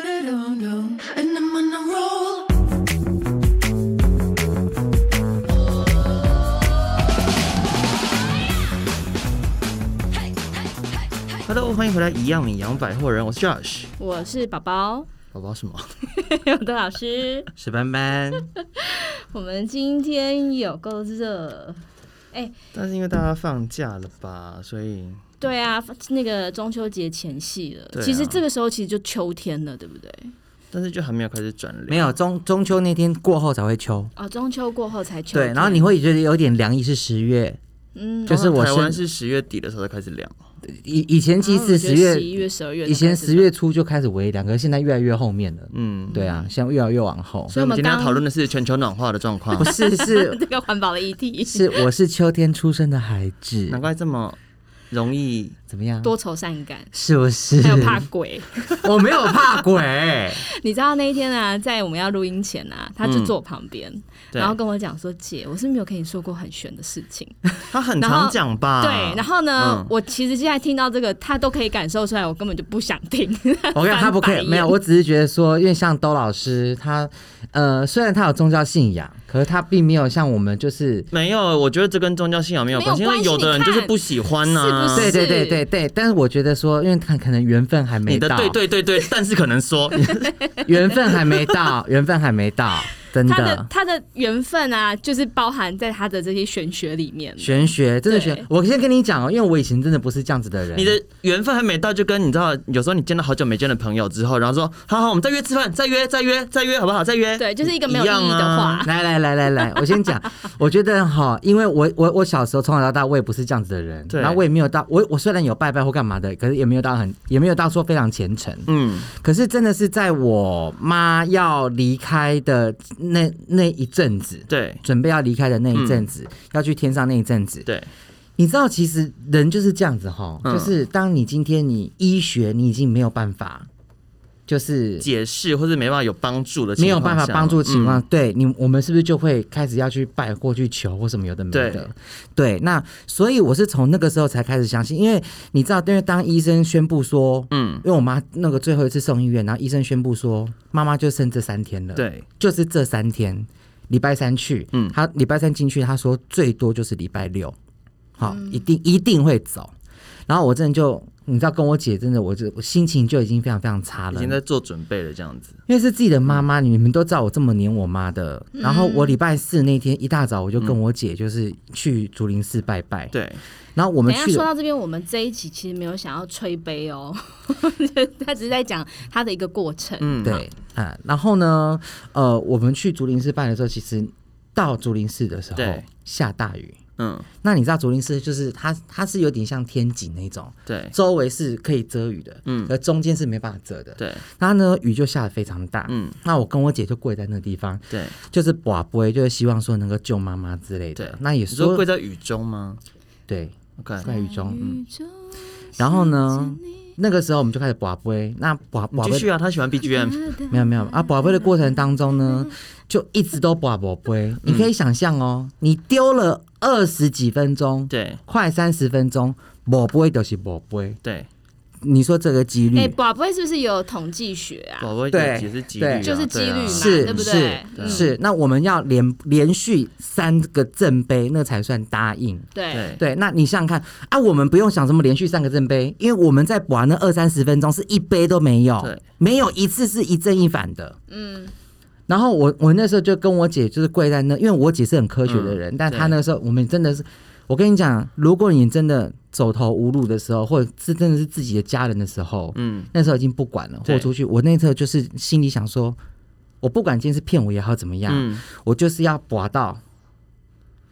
And I'm on a roll. Hello，欢迎回来，一样米阳百货人，我是 Josh。我是宝宝， 宝宝什 么？有的老师。史班班。我们今天有够热， 但是因为大家放假了吧，所以对啊，那个中秋节前夕了，对啊其实这个时候其实就秋天了，对不对？但是就还没有开始转凉。没有中中秋那天过后才会秋，哦，中秋过后才秋对，天然后你会觉得有点凉意是十月，嗯，就是我台湾是是十月底的时候才开始凉，啊以以前其实十十一月，月、十二月，以前十，月初就开始微凉，可是现在越来越后面了，嗯，对啊，现在越来越往后，所以我我们们今天要刚讨论的是全球暖化的状况 不，是 是这个环保的议 题，是我是秋天出生的孩子难，怪这么容易。怎么样？多愁善感。是不是？还有怕鬼， 我没有怕鬼，你知道那一天啊，在我们要录音前啊，他就嗯坐我旁边，对然后跟我讲说：“姐，我是没有跟你说过很玄的事情。”他很然常后讲啊吧？对，然后呢，嗯我其实现在听到这个，他都可以感受出来，我根本就不想听。我跟你讲他不可以，没有，我只是觉得说，因为像兜老师他，呃，虽然他有宗教信仰，可是他并没有像我们就是。 没有，我觉得这跟宗教信仰没有没有关系，因为关系有的人你就看是不喜欢啊呐、是不对是对对对对，但是我觉得说，因为他可能缘分还你没的到， 对对对对，但是可能说，缘分还没 到，缘分还没到，真他的的。他的缘分啊，就是包含在他的这些玄学里面。玄学真的玄对，我先跟你讲哦，因为我以前真的不是这样子的人。你的缘分还没到，就跟你知道，有时候你见到好久没见的朋友之后，然后说，好好，我们再约吃饭，再约，再约，再约，好不好？再约。对，就是一个没有意义的一样话啊。 来来来来来，我先讲， 我觉得哈，因为我我我小时候从小到大我也不是这样子的人，对然后我也没有到我我虽然有拜拜或干嘛的，可是也没有到很也没有到说非常虔诚，嗯，可是真的是在我妈要离开的那那一阵子，对准备要离开的那一阵子，要去天上那一阵子，对，你知道，其实人就是这样子哈，嗯就是当你今天你医学你已经没有办法，就是解释或是没办法有帮助的情没况下有嘛，办法帮助情况，嗯对你我们是不是就会开始要去拜或去求或什么有的没的？对，那所以我是从那个时候才开始相信，因为你知道，因为当医生宣布说，嗯，因为我妈那个最后一次送医院，然后医生宣布说，妈妈就剩这三天了，，对，就是这三天，礼拜三去，嗯嗯，他礼拜三进去，他说最多就是礼拜六，好，一定一定会走。然后我真的就，你知道，跟我姐真的，我就我心情就已经非常非常差已了，经在做准备了，这样子。因为是自己的妈妈，你们都知道我这么黏我妈的。嗯然后我礼拜四那天一大早，我就跟我姐就是去竹林寺拜拜，，对，然后我等们一下去说了。到这边，我们这一集其实没有想要吹杯哦， 他只是在讲他的一个过程。嗯，对啊，然后呢，呃，我们去竹林寺拜的时候，其实到竹林寺的时候对下大雨，嗯，那你知道竹林寺就是它，它是有点像天井那种，对周围是可以遮雨的，嗯嗯，而中间是没办法遮的。对它呢雨就下的非常大，嗯嗯，那我跟我姐就跪在那个地方，对就是寡不会，就是希望说能够救妈妈之类对的。。那也你说说跪在雨中吗对， ？OK，在雨中，嗯。宇宙然后呢，那个时候我们就开始寡杯，那寡你寡继续杯。啊，他喜欢 BGM。没有没有啊，寡杯的过程当中呢，就一直都寡不杯。嗯你可以想象哦，你丢了二十几分钟，对快三十分钟，不杯就是不杯。对，你说这个几率、哎，宝贝是不是有统计学啊？宝宝对也是几率啊，对就是几对啊率嘛是对不对是嗯是，那我们要连连续三个正杯，那才算答应。对，对对，那你想想看啊，我们不用想什么连续三个正杯，因为我们在玩那二三十分钟是一杯都没有对，没有一次是一正一反的。嗯，然后我我那时候就跟我姐就是跪在那，因为我姐是很科学的人，但她嗯对那个时候我们真的是，我跟你讲，如果你真的走投无路的时候，或者是真的是自己的家人的时候，嗯，那时候已经不管了，对豁出去。我那时候就是心里想说，我不管今天是骗我也好怎么样，嗯，我就是要拔到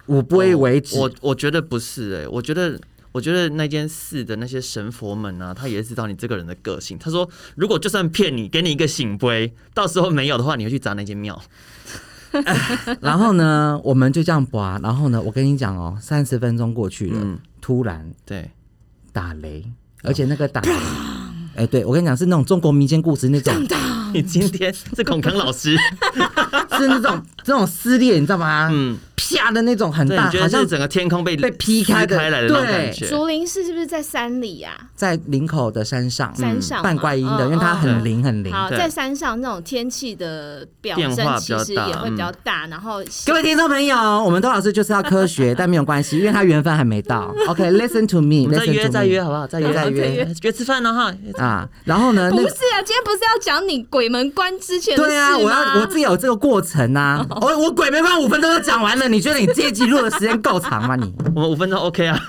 我不会为止。哦我我觉得不是哎、我觉得。我觉得那间寺的那些神佛们啊，他也知道你这个人的个性。他说，如果就算骗你，给你一个醒杯，到时候没有的话，你会去砸那间庙。然后呢，我们就这样拔。然后呢，我跟你讲哦，三十分钟过去了，嗯哦突然对，打雷，而且那个打雷，哎、对我跟你讲是那种中国民间故事那种，你今天是孔康老师， 是那种这种撕裂，你知道吗？嗯，啪的那种很对，大，你觉好得像是整个天空被被劈开的撕来的那种对感觉。竹林寺是不是在山里啊？在林口的山上，山上嘛扮怪音的，因为它嗯很。嗯灵很灵。好，哦对在山上那种天气的表变征化其实比较大也会比较大，然后嗯各位听众朋友，我们都老师就是要科学，但没有关系，因为他缘分还没到。OK，listen、to 我 me，们再 listen 约 to 再 me 约好不好？再约再约约吃饭了哈。啊。然后呢，不那个是啊，今天不是要讲你鬼门关之前的事对啊，我要我吗？哦自己有这个过程呐、啊。我、我鬼没办法，五分钟就讲完了。你觉得你这一集录的时间够长吗？你？我们五分钟 OK 啊？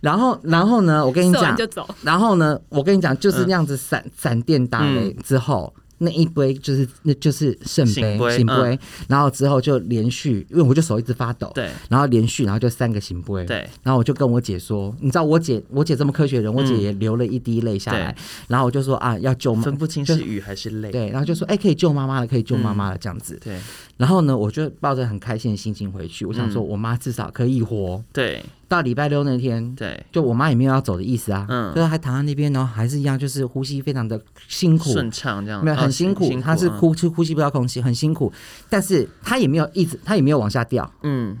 然后然后呢，我跟你射完讲就，走，然后呢，我跟你讲，嗯就是那样子闪闪电打雷之后。那一杯就是那就是圣杯醒杯嗯醒杯，然后之后就连续，因为我就手一直发抖，对，然后连续，然后就三个醒杯，对，嗯然后我就跟我姐说，你知道我姐我姐这么科学的人，我姐也流了一滴泪下来，对然后我就说啊要救妈，分不清是雨还是泪。对，然后就说哎、可以救妈妈了，可以救妈嗯妈了、这样子，对然后呢，我就抱着很开心的心情回去，我想说我妈至少可以活对到礼拜六那天，对，就我妈也没有要走的意思啊，嗯就是还躺在那边，然后还是一样，就是呼吸非常的辛苦，顺畅这样，没有哦很辛苦，她是，啊呼是呼吸不到空气，很辛苦，但是她也没有一直，她也没有往下掉。嗯，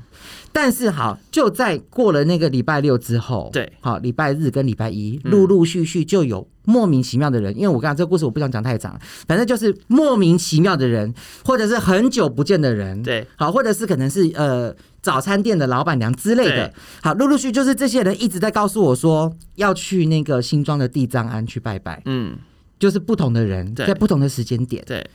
但是好，就在过了那个礼拜六之后，对嗯好，礼拜日跟礼拜一，陆陆续续就有莫名其妙的人，因为我刚才这个故事我不想讲太长，反正就是莫名其妙的人，或者是很久不见的人，对，好，或者是可能是呃早餐店的老板娘之类的对，好，陆陆续就是这些人一直在告诉我说要去那个新庄的地藏庵去拜拜，嗯，就是不同的人对在不同的时间点，对，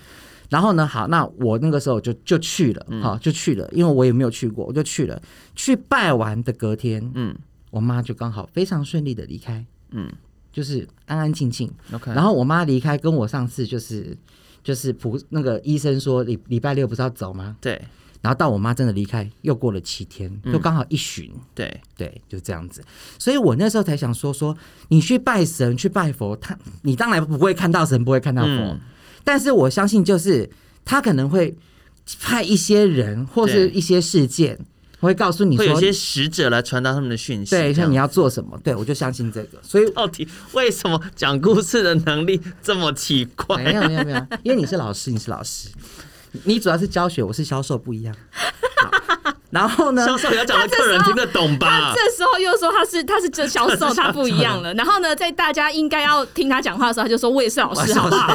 然后呢，好，那我那个时候就就去了，嗯好、就去了，因为我也没有去过，我就去了。去拜完的隔天，嗯我妈就刚好非常顺利的离开，嗯就是安安静静。 ，OK，然后我妈离开，跟我上次就是就是普那个医生说礼礼拜六不是要走吗？对然后到我妈真的离开，又过了七天，嗯就刚好一旬。对对，就这样子。所以我那时候才想说，说你去拜神、去拜佛，他你当然不会看到神，不会看到佛，嗯但是我相信就是他可能会派一些人或对是一些事件，会告诉你会有说一，些使者来传达他们的讯息。对，这像样你要做什么。对，我就相信这个，所以。到底为什么讲故事的能力这么奇 怪？没有没有没有，因为你是老师，你是老师，你主要是教学，我是销售，不一样。好然后 呢？销售也要讲的客人听得懂吧？这时候又说他是他是这销售，他不一样 了。然后呢，在大家应该要听他讲话的时候，他就说我也是老我师，哦是好不好？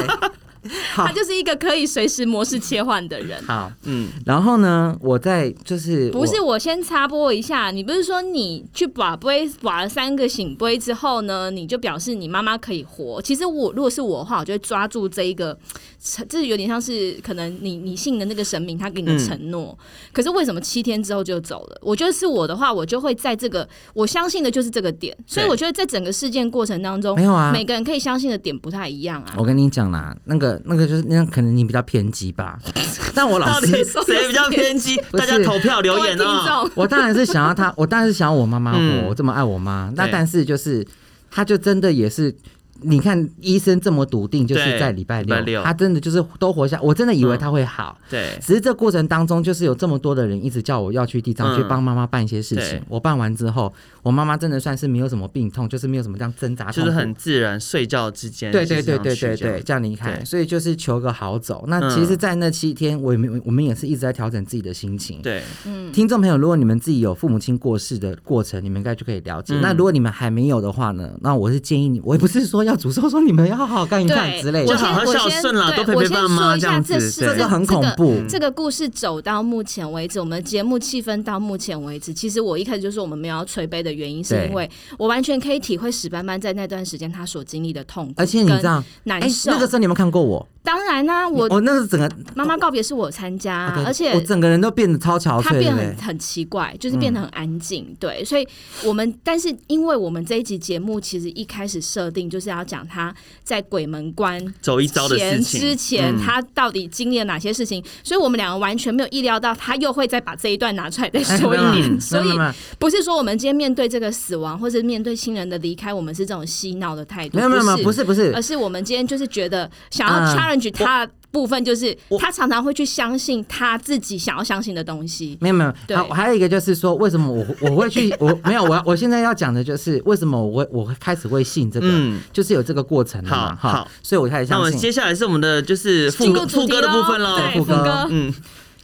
好。他就是一个可以随时模式切换的人。好，嗯，然后呢？我在就是不我是，我先插播一下，你不是说你去把杯把了三个醒杯之后呢，你就表示你妈妈可以活？其实我如果是我的话，我就会抓住这一个， 这有点像是可能你你信的那个神明他给你的承诺。可是为什么七天之后就走了？我觉得是我的话，我就会在这个我相信的就是这个点，所以我觉得在整个事件过程当中，没有啊每个人可以相信的点不太一样啊。我跟你讲啦，那个那个就是那可能你比较偏激 吧，但我老到底师，谁比较偏激？不大是家投票各留位言听哦。众，我当然是想要他，我当然是想要我妈妈活，嗯我这么爱我妈。那对但是就是，他就真的也是，你看医生这么笃定，就是对在礼拜礼拜六，六他真的就是都活下。我真的以为嗯他会好，对，只是这过程当中，就是有这么多的人一直叫我要去地藏嗯去帮妈妈办一些事情对。我办完之后，我妈妈真的算是没有什么病痛，就是没有什么这样挣扎，就是很自然，睡觉之间啊对就对是这对样对去对这样对，这样离开，对嗯所以就是求个好走。那其实，在那七天，我也没有我们也是一直在调整自己的心情。对，听众朋友，如果你们自己有父母亲过世的过程，你们应该就可以了解。嗯那如果你们还没有的话呢，那我是建议你，我也不是说要诅咒说你们要好好干一干对，之类就的我，好好先孝我先顺啦对多陪我陪先爸妈说一这下样这子是对这个很恐这个怖。这个故事走到目前为止，我们节目气氛到目前为止，其实我一开始就说我们没有要吹杯的原因，是对因为我完全可以体会史班班在那段时间他所经历的痛苦，而且你知道，哎、难受。那个时候你有没有看过我？当然啦、我我那个整个，妈妈告别是我参加，对而且我整个人都变得超憔他悴变了、得欸很。很奇怪，就是嗯变得很安静。对，所以我们但是因为我们这一集节目其实一开始设定就是要讲他在鬼门关走一遭的前事之情。嗯前嗯他到底经历了哪些事情，所以我们两个完全没有意料到他又会再把这一段拿出来 再哎说一没有没有遍，所没有以没有不是说我们今天面对这个死亡或者面对亲人的离开，我们是这种嬉闹的态度，没有没有没有，不是不是而，是我们今天就是觉得想要嗯 challenge 他的部分，就是我他常常会去相信他自己想要相信的东西。没有没有，对好，还有一个就是说，为什么我我会去 我没有我我现在要讲的就是为什么我会我会开始会信这个，嗯就是有这个过程的嘛，好哈好，所以我开始那我们相信。接下来是我们的就是副进入歌主副题歌的部分喽喽，对，副副歌歌，嗯，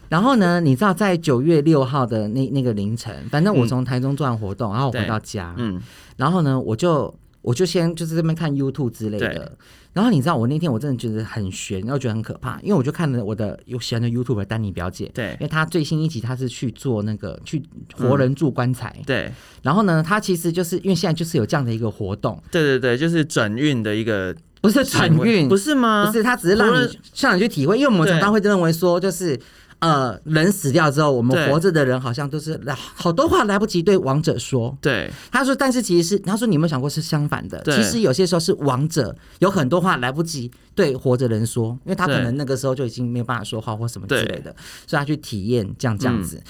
然后呢，你知道在九月六号的那那个凌晨，反正我嗯从台中做完活动，然后我回对到家，嗯，然后呢，我就我就先就是这边看 YouTube 之类对的。然后你知道我那天我真的觉得很悬，然后觉得很可怕，因为我就看了我的有喜欢的 YouTube 丹尼表姐，对因为她最新一集她是去做那个去活人住棺材，对然后呢，她其实就是因为现在就是有这样的一个活动，对对对，就是转运的一个不是转行为运，不是吗？不是，他只是让活你人让你去体会，因为我们对常常会认为说，就是呃，人死掉之后，我们对活着的人好像都是啊好多话来不及对亡者说。对他说，但是其实是他说，你有没有想过是相反的？对其实有些时候是亡者有很多话来不及对活着人说，因为他可对能那个时候就已经没有办法说话或什么之对嗯类的，所以他去体验这样这样子。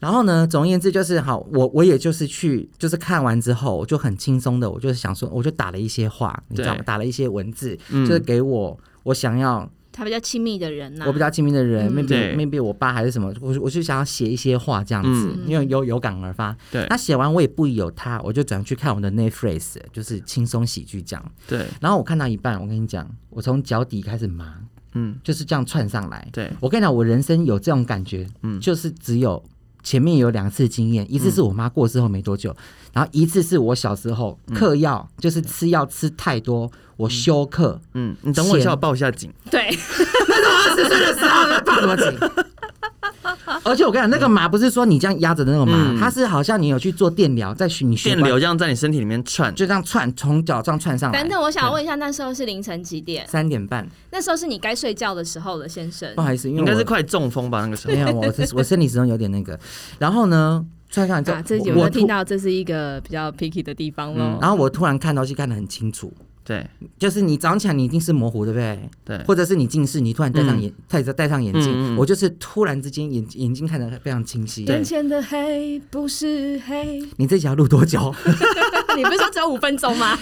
然后呢，总而言之就是好，我我也就是去就是看完之后，我就很轻松的，我就是想说，我就打了一些话，你知道吗对？打了一些文字，嗯就是给我我想要他比较亲密的人呐、我比较亲密的人、嗯 m a y b 对 e maybe 我爸还是什么，我就我就想要写一些话这样子，嗯因为有有感而发。对那写完我也不疑有他，我就转去看我的 Netflix，就是轻松喜剧这样。对然后我看到一半，我跟你讲，我从脚底开始麻，嗯就是这样窜上来。对我跟你讲，我人生有这种感觉，嗯就是只有前面有两次经验，一次是我妈过世后没多嗯久，然后一次是我小时候嗑药，就是吃药吃太多，我休克。嗯，你等我一闲下，我报一下警。 对，是啊，那报什么警？而且我跟你讲，那个麻不是说你这样压着的那种麻，嗯它是好像你有去做电疗，在血你血电管流这样在你身体里面串，就这样串，从脚这样串上来等。等，我想问一下，那时候是凌晨几点？三点半，那时候是你该睡觉的时候了，先生不。好意思，因为应该 是我快中风吧？那个时候没，有我是我身体始终有点那个。然后呢，串上来之后，啊，这有没我有听突到？这是一个比较 picky 的地方喽嗯。然后我突然看东西看得很清楚，对就是你早上起来你一定是模糊，对不对？对，或者是你近视，你突然戴上眼，戴着戴上眼嗯嗯嗯镜，嗯我就是突然之间眼眼睛看得非常清晰。眼前的黑不是黑，你这集要录多久？ 你不是说只有五分钟 吗？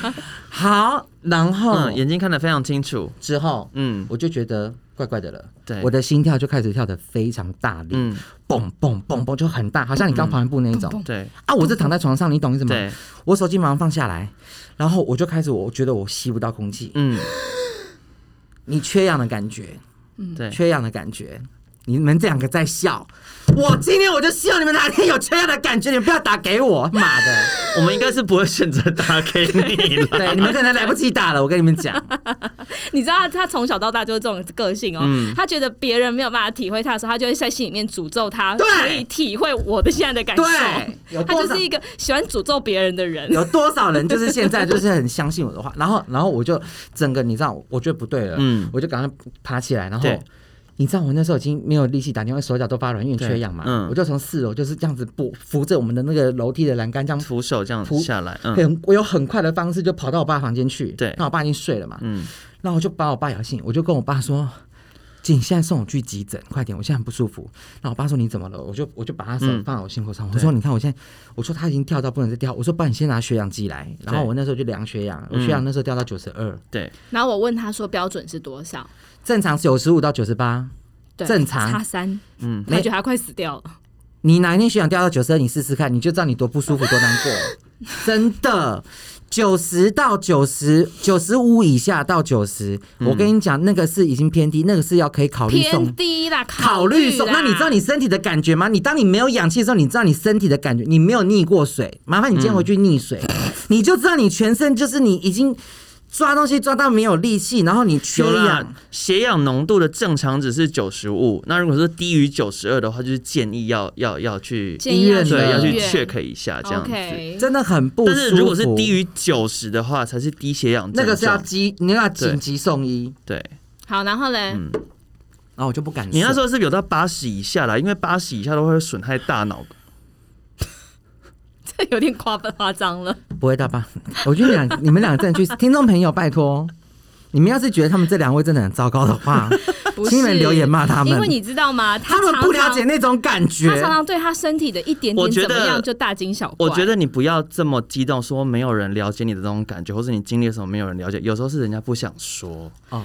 好，然后嗯，眼睛看得非常清楚，之后，嗯我就觉得怪怪的了。对我的心跳就开始跳得非常大力，嗯，蹦蹦蹦蹦就很大，好像你刚跑完步那一种。对啊，我是躺在床上，你懂意思吗？对，我手机马上放下来，然后我就开始，我觉得我吸不到空气，嗯你缺氧的感觉，对，缺氧的感觉。你们这两个在笑，我今天我就希望你们哪天有缺氧的感觉，你们不要打给我，妈的！ 我们应该是不会选择打给你了。对，你们可能来不及打了，我跟你们讲。你知道他从小到大就是这种个性哦、嗯他觉得别人没有办法体会他的时候，他就会在心里面诅咒他，对可以体会我的现在的感对受。有他多少就是一个喜欢诅咒别人的 人。有多少人就是现在就是很相信我的话，然后然后我就整个你知道，我觉得不对了，嗯我就赶快爬起来，然后对你知道我那时候已经没有力气打电话，手脚都发软，因为缺氧嘛，对嗯我就从四楼就是这样子不扶着我们的那个楼梯的栏杆这样。徒手这样徒下来， 嗯很，我有很快的方式就跑到我爸房间去。对那我爸已经睡了嘛，嗯，然后我就把我爸摇醒，我就跟我爸说：“姐，你现在送我去急诊，快点，我现在很不舒服。”然后我爸说：“你怎么了？”我就我就把他手嗯放在我心口上，我对说：“你看我现在，我说他已经跳到不能再跳，我说爸，你先拿血氧计来。”然后我那时候就量血氧，嗯我血氧那时候掉到九十二，对，然后我问他说标准是多少？正常九十五到九十八。对，正常差三，嗯他觉得他快死掉了。你哪一天血氧掉到九十二，你试试看，你就知道你多不舒服、多难过。 真的，九十到九十九十五以下到九十、嗯我跟你讲，那个是已经偏低，那个是要可以考虑送偏低啦，考虑啦说，那你知道你身体的感觉吗？你当你没有氧气的时候，你知道你身体的感觉，你没有溺过水，麻烦你今天回去溺水，嗯你就知道你全身就是你已经抓东西抓到没有力气，然后你缺有啦氧。。血氧浓度的正常值是九十五，那如果是低于九十二的话，就是建议要要要去建议医院去的对要去医院 check 一下这样子。 OK，真的很不舒但服。是如果是低于九十的话，才是低血氧症那状。个是要急，你要对紧急送医，对，好，然后嗯嘞，然后我就不敢。你那时候是不是有到八十以下啦，因为八十以下都会损害大脑。这 有点夸夸张了。不会大吧？我觉得你俩你们两个真的去，听众朋友拜托，你们要是觉得他们这两位真的很糟糕的 话，不是请你们留言骂他们因为你知道吗？他他们常不了常解那种感觉。他常常对他身体的一点我点觉怎得么样就大惊小怪。我觉得你不要这么激动，说没有人了解你的这种感觉，或是你经历了什么没有人了解。有时候是人家不想说，哦，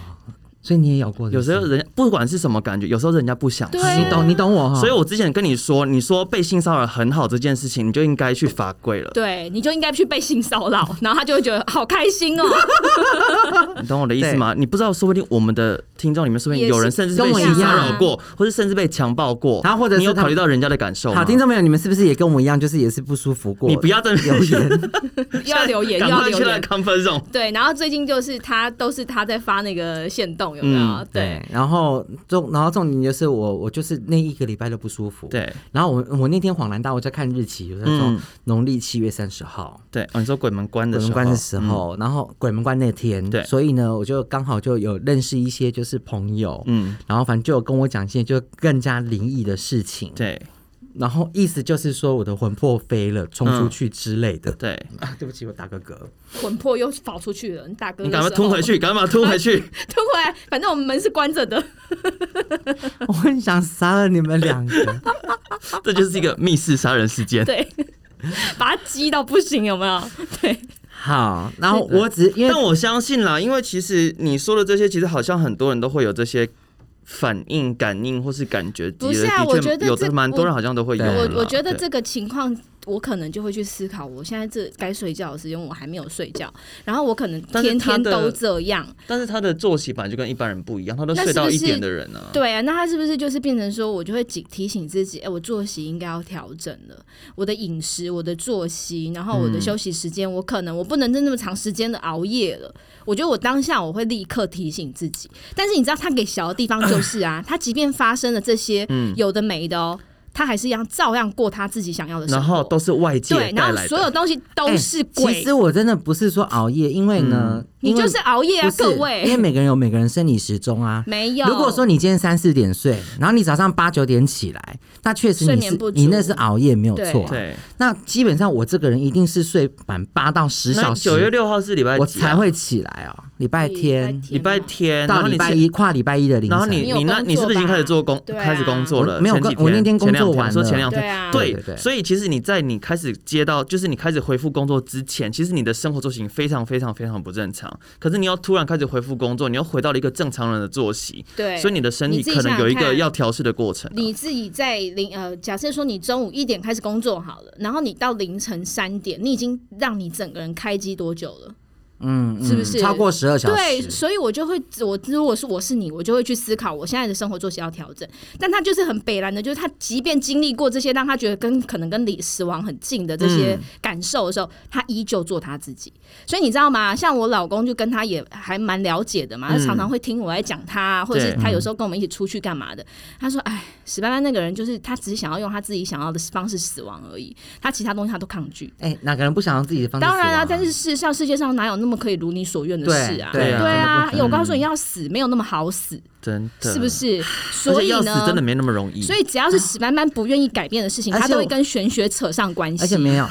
所以你也有过是有不是，时候人家不管是什么感觉，有时候人家不想说。对啊你懂你懂我哈。所以我之前跟你说，你说被性骚扰很好这件事情，你就应该去罚跪了。对，你就应该去被性骚扰，然后他就会觉得好开心哦。你懂我的意思吗？你不知道，说不定我们的听众里面，说不定有人也是甚至被跟我性一骚样扰过，或是甚至被强暴过，然后或者是你有他考虑到人家的感受吗？好，听众朋友，你们是不是也跟我一样，就是也是不舒服过？你不要在那边 留言，又要留言，又赶要快留去那言个。comfort zone。对，然后最近就是他都是他在发那个线动，有没有？嗯对，，然后重，然后重点就是我，我就是那一个礼拜都不舒服。，对然后我我那天恍然大悟，在看日期，有时候嗯农历七月三十号。对，哦，你说鬼门关的鬼时候，嗯门关的时候，然后鬼门关那天，对所以呢，我就刚好就有认识一些就是朋友，嗯，嗯，然后反正就有跟我讲一些就更加灵异的事情，对然后意思就是说我的魂魄飞了，冲出去之类的。嗯 对，啊，对不起，我打个嗝。 魂魄又跑出去了，你大哥，你赶快吞回，去，赶快吞回去。 吞回来。反正我们门是关着的，我很想杀了你们两个。这就是一个密室杀人事件。对， 把他激到不行，有没有？对，好，然后我只因但为我相信啦，因为其实你说的这些，其实好像很多人都会有这些反应、感应或是感觉肌不的，是啊的我确觉得有的这蛮多我人好像都会有啦。对我我觉得嗯啊对这个情况，我可能就会去思考，我现在这该睡觉的时间我还没有睡觉，然后我可能但是天他天的嗯都这样，但是他的作息本来就跟一般人不一样，他都那睡到是一不是点的人啊。对啊，那他是不是就是变成说，我就会提提醒自己，哎、我作息应该要调整了，我的饮食、我的作息，然后我嗯的休息时间，我可能我不能再那么长时间的熬夜了。我觉得我当下我会立刻提醒自己，但是你知道，他给小的地方就是啊，他即便发生了这些嗯有的没的哦，他还是一样照样过他自己想要的生然活，后都是外界对，带然来的，后所有东西都哎是鬼，其实我真的不是说熬夜，因为呢，你因为就是熬夜啊，不是各因为位每个人有每个人生理时钟啊。没有。如果说你今天三四点睡，然后你早上八九点起来，那确实睡你眠是不足你那是熬夜没有错、啊。对。那基本上我这个人一定是睡满八到十那小九月时，六号是礼拜我几啊才会起来哦。礼拜天礼拜天，然到后礼你拜是一跨礼拜一的凌晨，然后你你有你那工你是不是已经作吧开始做工，对啊开始工作了？我没有前几工我那天工前两作完说前两对天，啊，对对对对所以其实你在你开始接到，就是你开始恢复工作之前，其实你的生活作息非常非常非常不正常。可是你要突然开始恢复工作，你要回到了一个正常人的作息，对，所以你的身体你自己可能有一想个想看要调试的过程啊。你自己在凌呃，假设说你中午一点开始工作好了，然后你到凌晨三点，你已经让你整个人开机多久了？嗯，嗯是不是超过十二小时？对，所以我就会，我如果是我是你，我就会去思考我现在的生活作息要调整。但他就是很北然的，就是他即便经历过这些让他觉得跟可能跟离死亡很近的这嗯些感受的时候，他依旧做他自己。所以你知道吗？像我老公就跟他也还蛮了解的嘛，他嗯常常会听我在讲他，啊或者是对他嗯有时候跟我们一起出去干嘛的。他说：“哎，史班班那个人就是他只是想要用他自己想要的方式死亡而已，他其他东西他都抗拒。”哎、哪个人不想让自己的方式死当亡啊？然啦、但是事实上，世界上哪有那么可以如你所愿的对事啊？对啊对啊，真的不可能我告诉你要死，没有那么好死，真的是不？是？而所且以要死真的呢，没那么容易。所以只要是史班班不愿意改变的事情，而且他都会我跟玄学扯上关系。而且没有，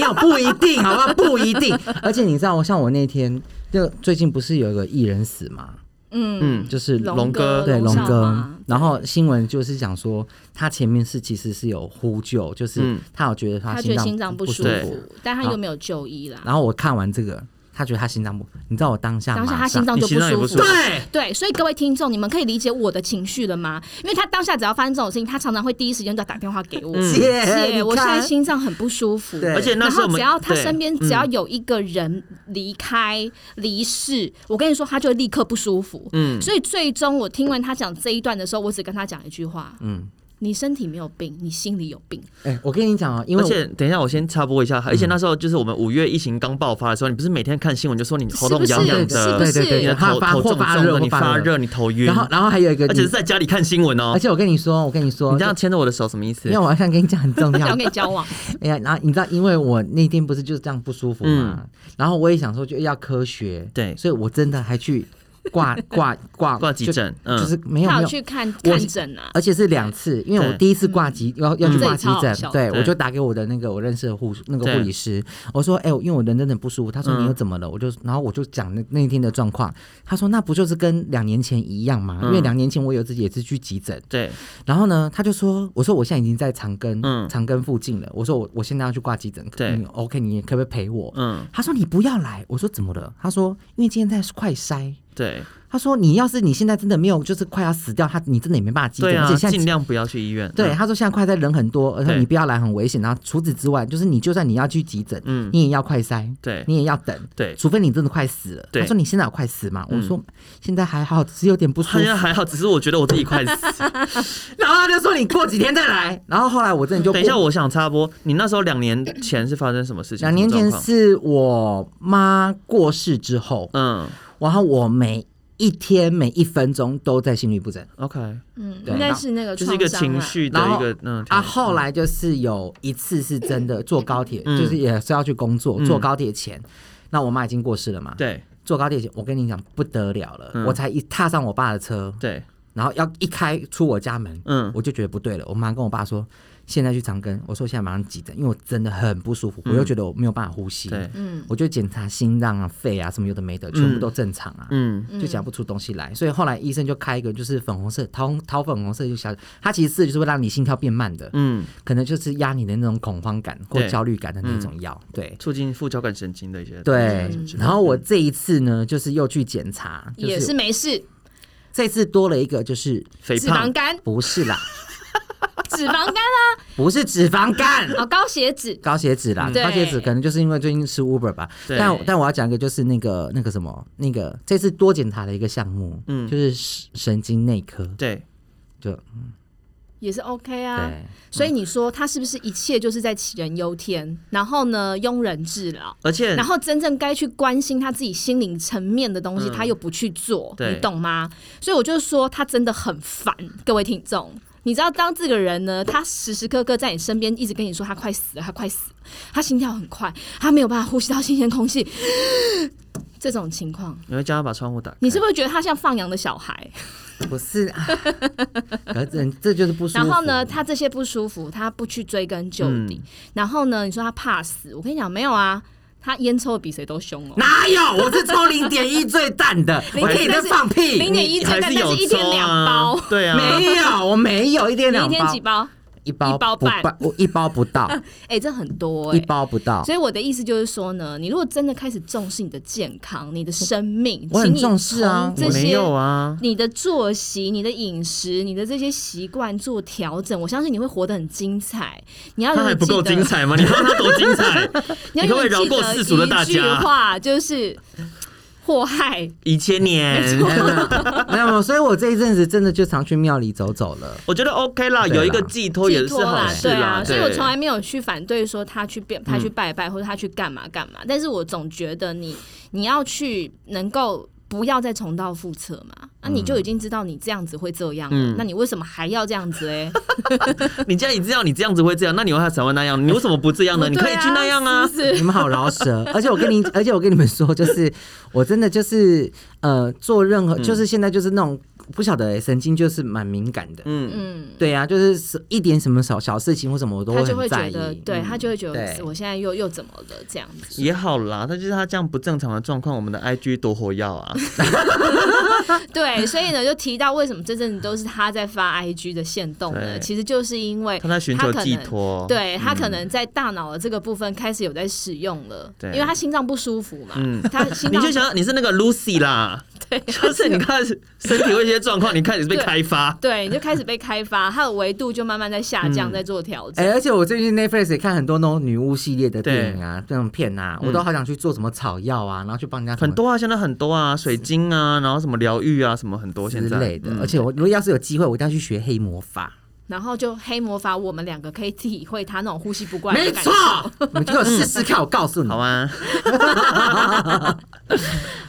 有，不一定，好吧，不一定。而且你知道，我像我那天，就最近不是有一个艺人死嘛，嗯，嗯，就是龙龙哥对龙少哥嘛，然后新闻就是讲说，他前面是其实是有呼救，就是嗯他有觉得他他觉得心脏脏不不舒对服，但他又没有就医啦。然后我看完这个，他觉得他心脏不，你知道我当下当下马他上心脏就你心脏也舒不服，舒服对对，所以各位听众，你们可以理解我的情绪了吗？因为他当下只要发生这种事情，他常常会第一时间就打电话给我，嗯姐你姐，我现看在心脏很不舒服。对而且那然时候后我们只要他对嗯身边只要有一个人离开离世，我跟你说，他就会立刻不舒服。嗯，所以最终我听完他讲这一段的时候，我只跟他讲一句话：嗯，你身体没有病，你心里有病。哎、我跟你讲啊，因为而我嗯且等一下，我先插播一下，而且那时候就是我们五月疫情刚爆发的时候，你不是每天看新闻就说你是喉不咙是？痒是痒不的，对是？对对你的头发头或重发重热的，或你发发热热，你头晕，然后然后还有一个而你，且是在家里看新闻哦而。且我跟你说，我跟你说，你这样牵着我的手什么意思因为？我要想跟你讲很重 要想，跟你 交往，哎呀，然后你知道，因为我那天不是就是这样不舒服嘛，然后我也想说就要科学，嗯对所以我真的还去挂挂挂挂急，诊，就嗯，就是没有他有没有。去看我看诊啊。而且是两次，因为我对嗯第一次挂急，要要去挂急这嗯也超好诊笑，对对我就打给我的那个我认识的护那个护理师，我说，哎、我因为我人真的不舒服，他说嗯你又怎么了？我就然后我就讲那那一天的状况，他说那不就是跟两年前一样吗？嗯因为两年前我有自己也是去急诊，对，然后呢，他就说：“我说我现在已经在长庚，嗯长庚附近了。我说我我现在要去挂急诊，嗯对你 o k 你可不可以陪我？”嗯，他说：“你不要来。”我说：“怎么了？”他说：“因为今天在快筛，对他说你要是你现在真的没有，就是快要死掉，他你真的也没办法急诊，对而啊，且现在尽量不要去医院。对，嗯，他说现在快筛人很多，而且对你不要来很危险。然后除此之外，就是你就算你要去急诊，嗯你也要快筛，对你也要等，对除非你真的快死了。对嗯他说你现在有快死吗？我说现在还好，只是有点不舒好服。像还好，只是我觉得我自己快 死。然后他就说你过几天再来。然后后来我真的就等一下，过我想插播，你那时候两年前是发生什么事情？两年什前么状况是我妈过世之后，嗯然后我每一天每一分钟都在心律不整。 ，OK，嗯，对应该是那个就是一个创伤啊情啦，绪的然一后个嗯啊，后来就是有一次是真的坐高铁，嗯就是也是要去工作，嗯坐高铁前，那我妈已经过世了嘛，对坐高铁前，我跟你讲不得了了，嗯我才一踏上我爸的车，对，然后要一开出我家门，嗯我就觉得不对了，我妈跟我爸说。现在去长庚，我说现在马上急诊，因为我真的很不舒服，我又觉得我没有办法呼吸，嗯对，嗯我就检查心脏啊、肺啊什么有的没的，全部都正常啊。嗯就讲不出东西来，所以后来医生就开一个就是粉红色桃红桃粉红色就小，它其实是就是会让你心跳变慢的，嗯，可能就是压你的那种恐慌感或对焦虑感的那种药，对促进副交感神经的一些对什么之。类的然后我这一次呢，就是又去检查，就也是没事，这次多了一个，就是肥脂肪胖肝，哦不是啦，脂肪肝啊，不是脂肪肝。哦，高血脂，高血脂啦，嗯对高血脂可能就是因为最近吃 Uber 吧。对但但我要讲一个，就是那个那个什么，那个这次多检查的一个项目，嗯就是神神经内科，对就也是 OK 啊。对，所以你说他是不是一切就是在杞人忧天，然后呢庸人自扰？而且然后真正该去关心他自己心灵层面的东西，嗯他又不去做，对你懂吗？所以我就说他真的很烦各位听众。你知道，当这个人呢，他时时刻刻在你身边，一直跟你说他快死了，他快死了，他心跳很快，他没有办法呼吸到新鲜空气，这种情况，你会叫他把窗户打开，你是不是觉得他像放羊的小孩？不是啊， 可是这这就是不舒服。然后呢，他这些不舒服，他不去追根究嗯底。然后呢，你说他怕死，我跟你讲，没有啊，他烟抽的比谁都凶哦。哪有？我是抽零点一最淡 的，我可以再放屁。零点一还千，但是有是一天抽啊两包。对啊，没有，我没有一天你两一天包，几包？一包一包不半半，我一包不 到，哎、这很多哎、一包不到所。以我的意思就是说呢，你如果真的开始重视你的健康、你的生命，我很请你重视啊从我这没些有啊，你的作息、你的饮食、你的这些习惯做调整，我相信你会活得很精彩。你要他还永远不够记得精，彩吗？你看他多精 彩，你要你可不可以永远记饶过得世俗的大一句家话就是祸害。一千年， 没有没有没有没有，所以我这一阵子真的就常去庙里走走了。我觉得 OK 啦，对啦有一个寄托哦也是寄托好啦，事对啦嗯啊，，所以我从来没有去反对说他去拜，他去拜拜、或者他去干嘛干嘛，但是我总觉得你你要去能够。不要再重蹈覆辙嘛！那、你就已经知道你这样子会这样了，嗯那你为什么还要这样子欸嘞？你既然你知道你这样子会这样，那你为啥才会那样？你为什么不这样呢？你可以 去那样啊是。 不是？你们好饶舌，而且我跟你，而且我跟你们说，就是我真的就是呃，做任何就是现在就是那种不晓得、欸、神经就是蛮敏感的，嗯，嗯，对呀、就是什一点什么小小事情或什么我都他会就很会在觉意嗯得，，对他就会觉得对我现在又又怎么了这样子？也好啦，但就是他这样不正常的状况，我们的 IG 多活药啊。对，所以呢，就提到为什么这阵子都是他在发 IG 的限动呢？对其实就是因为他在寻求可能寄托嗯对他可能在大脑的这个部分开始有在使用了，对因为他心脏不舒服嘛，嗯他心你脏就想你是那个 Lucy 啦， 对，就是你看身体会一些状况，你开始被对开发。对，你就开始被开发，它的维度就慢慢在下嗯降，在做调整。哎、而且我最近 Netflix 也看很多那种女巫系列的电影啊，这种片啊，嗯我都好想去做什么草药啊，然后去帮人家什么很多啊，现在很多啊，水晶啊，然后什么疗愈啊，什么很多之现在类的。嗯而且我如果要是有机会，我一定要去学黑魔法。然后就黑魔法，我们两个可以体会他那种呼吸不过来没的感觉错。，你就给我试试看，我告诉你好。啊，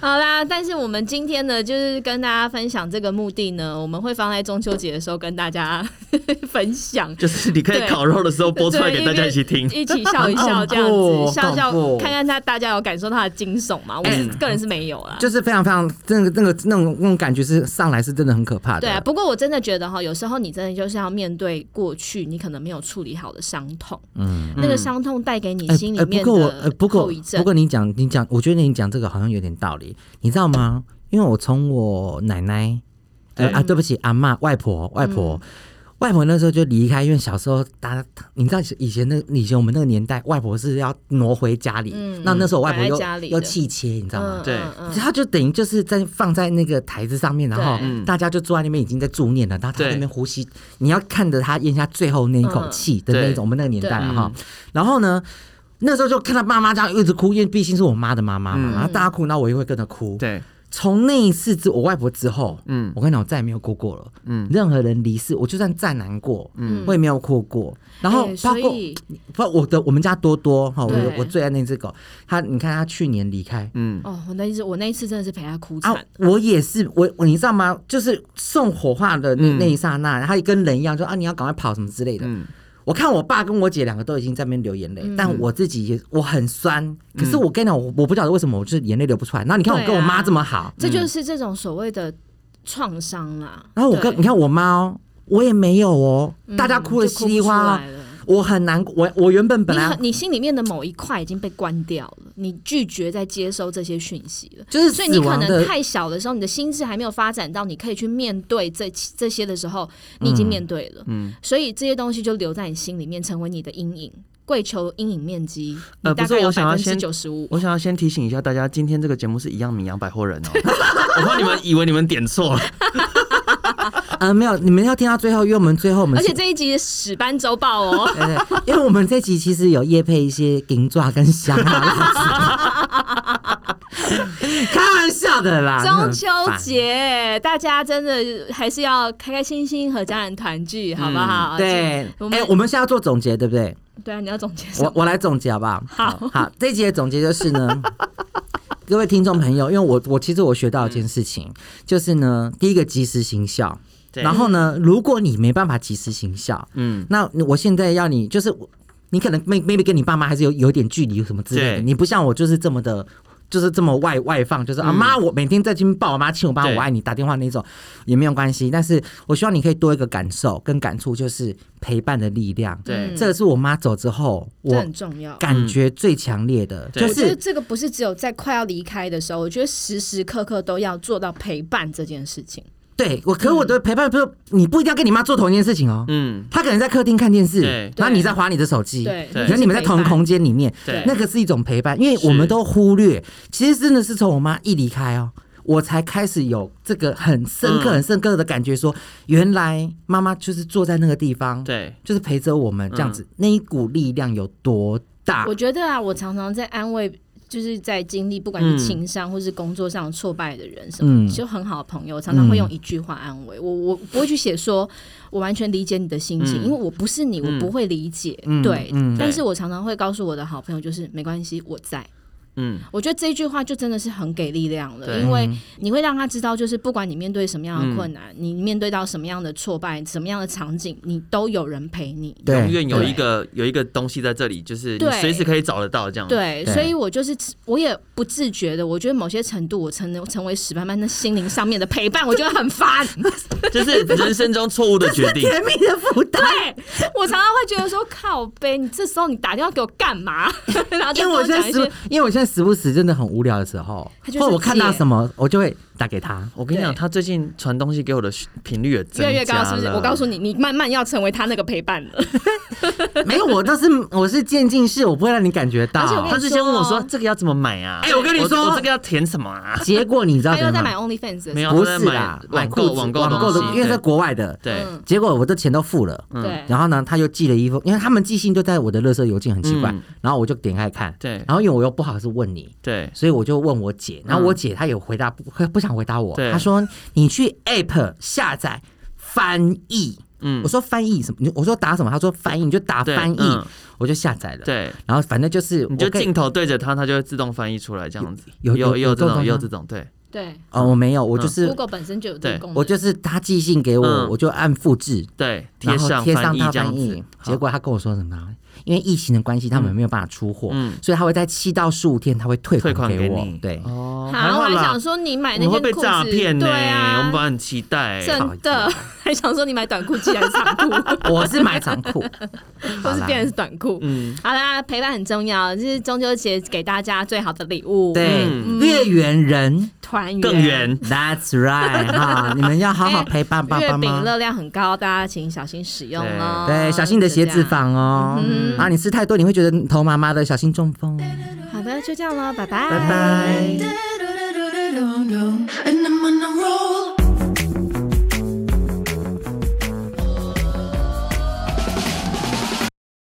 好啦，但是我们今天呢，就是跟大家分享这个目的呢，我们会放在中秋节的时候跟大家 分享。就是你可以对烤肉的时候播出来给大家一起听。一起笑一笑， 这样好恐怖子笑笑好恐，怖看看他大家有感受到他的惊悚吗？我是个人是没有啦。就是非常非常那个那个那种那种感觉是上来是真的很可怕的。对啊，不过我真的觉得哈，有时候你真的就是要面对过去你可能没有处理好的伤痛，嗯，那个伤痛带给你哎心里哎面不过我哎的不过后遗症不。过你讲你讲，我觉得你讲这个好像有点道理，你知道吗？因为我从我奶奶，对呃嗯啊，对不起，阿嬷、外婆、外婆，外婆那时候就离开，因为小时候大家，你知道以前那以前我们那个年代，外婆是要挪回家里，嗯那那时候我外婆摆在又家里的又气切，你知道吗？嗯对嗯她就等于就是在放在那个台子上面，然后对嗯大家就坐在那边已经在助念了，然后她在那边呼吸，你要看着她咽下最后那一口气的那对种，我们那个年代了对哈。然后呢，那时候就看到妈妈这样一直哭，因为毕竟是我妈的妈妈嗯嘛，然后大家哭，那我也会跟着哭。对，从那一次之我外婆之后，嗯我跟你讲，我再也没有哭过了。嗯任何人离世，我就算再难过，嗯我也没有哭过。然后哎包所括、以包括我的我们家多多哈，我的对我最爱那只狗，它你看它去年离开。嗯，哦，我那一次我那一次真的是陪他哭啊惨，，我也是，我我你知道吗？就是送火化的那、嗯那一刹那，它也跟人一样，说啊你要赶快跑什么之类的。嗯我看我爸跟我姐两个都已经在那边流眼嗯泪，但我自己也我很酸。可是我跟你讲，我我不晓得为什么我就是眼泪流不出来。然后你看我啊跟我妈这么好，这就是这种所谓的创伤啦。嗯然后我跟对你看我妈哦，我也没有哦，嗯大家哭的就稀里哗不啦出。来了我很难过，我我原本本你来很你心里面的某一块已经被关掉了，你拒绝在接收这些讯息了。就是所以死你可亡能的，太小的时候，你的心智还没有发展到你可以去面对这这些的时候，你已经面对了。嗯所以这些东西就留在你心里面，成为你的阴影。跪求阴影面积，呃你大不概是有我想百要分之先九十五。我想要先提醒一下大家，今天这个节目是一样米阳百货 人哦，我怕你们以为你们点错了，呃，没有，你们要听到最后，因为我们最后我们而且是这一集是史班周报哦，对对对因为我们这集其实有夜配一些银爪跟香啊，开玩笑的啦，中秋真的很 烦。节，大家真的还是要开开心心和家人团聚，好不好？对，我哎、们我们现在要做总结，对不对？对啊，你要总结什我么？我来总结好不好？好，好，这一集的总结就是呢，各位听众朋友，因为我我其实我学到一件事情，就是呢，第一个及时行孝，对然后呢，如果你没办法及时行孝，嗯，那我现在要你，就是我你可能 may- maybe 跟你爸妈还是有有点距离什么之类的，对你不像我就是这么的。就是这么外外放，就是啊嗯妈，我每天在这边抱我妈亲我爸，对我爱你打电话那种也没有关系。但是我希望你可以多一个感受跟感触，就是陪伴的力量。对嗯这个是我妈走之后，这我很嗯重要。感觉最强烈的，对就我觉得是这个不是只有在快要离开的时候，我觉得时时刻刻都要做到陪伴这件事情。对我，嗯可我的陪伴不是你不一定要跟你妈做同一件事情哦。嗯，她可能在客厅看电视对，然后你在划你的手机，对对可能你们在同一个空间里面，对那个是一种陪伴，因为我们都忽略，其实真的是从我妈一离开哦，我才开始有这个很深嗯刻、很深刻的感觉说，原来妈妈就是坐在那个地方，，对，就是陪着我们这样子，那一股力量有多大嗯我？觉得啊，我常常在安慰，就是在经历不管是情商或是工作上挫败的人什么，嗯就很好的朋友常常会用一句话安慰我。我不会去写说我完全理解你的心情，嗯因为我不是你，我不会理解。嗯对，嗯但是我常常会告诉我的好朋友，就是没关系，我在。嗯我觉得这句话就真的是很给力量了，对因为你会让他知道，就是不管你面对什么样的困难，你面对到什么样的挫败、什么样的场景，你都有人陪你。对永远有一个有一个东西在这里，就是你对随时可以找得到这样。，对，对所以我就是我也不自觉的，我觉得某些程度我成成为史班班的心灵上面的陪伴，我觉得很烦。就是人生中错误的决 定。 甜蜜的负担。对啊我常常会觉得说靠背，你这时候你打电话给我干嘛？然后就跟因为我我现讲在一时些不，因为我现在时不时真的很无聊的时候，他或就是者我看到借什么，我就会打给他。我跟你讲，对他最近传东西给我的频率也增越加来越高，是不是？了我告诉你，你慢慢要成为他那个陪伴了。没有，我都是我是渐进式，我不会让你感觉 到而且我。跟他你是先问我说说哦这个要怎么买啊？哎我跟你说我这个要填什么啊？结果你知道他怎又么在吗买 OnlyFans，的没有不他在是买啦，网购裤子网购网购东的，西因为对在国外的。对，嗯嗯结果我的钱都付了，对，然后呢，他又寄了一封，因为他们寄信都在我的垃圾邮件，很奇怪嗯。然后我就点开看，对然后因为我又不好意思问你，对，所以我就问我姐，然后我姐她也回答不不想回答我，对她说你去 App 下载翻译，嗯我，说翻译什么？你我说打什么？她说翻译，你就打对翻译，嗯我就下载了。，对，然后反正就是你就我可以镜头对着它，它就会自动翻译出来这样子。有有有有这这种种，也有吗这种，对，对哦，我没有，我就是、 ，Google 本身就有这个对功能，我就是她寄信给我，嗯我就按复制，对，然后上贴上翻译她这样翻译子，。结果她跟我说什么？因为疫情的关系，他们没有办法出货，嗯所以他会在七到十五天他会退退款款给我你。对，哦，还好，我好还啦想，说你买我那们会件被裤诈子，骗呢、对啊，我们本来很期待、哎真的 还想说你买短裤，既然是长裤，啊我是买长 裤，或是好啦变成是短裤。嗯，好啦，陪伴很重要，这是中秋节给大家最好的礼物。对嗯，月圆人团圆哎更圆， ，That's right 哈，你们要好好陪伴爸月爸饼妈。热量很高，大家请小心使用哦。嗯对，小心你的鞋子放。仿哦，啊，你吃太多你会觉得头麻麻的，小心中风。好的，就这样了，拜拜，拜拜。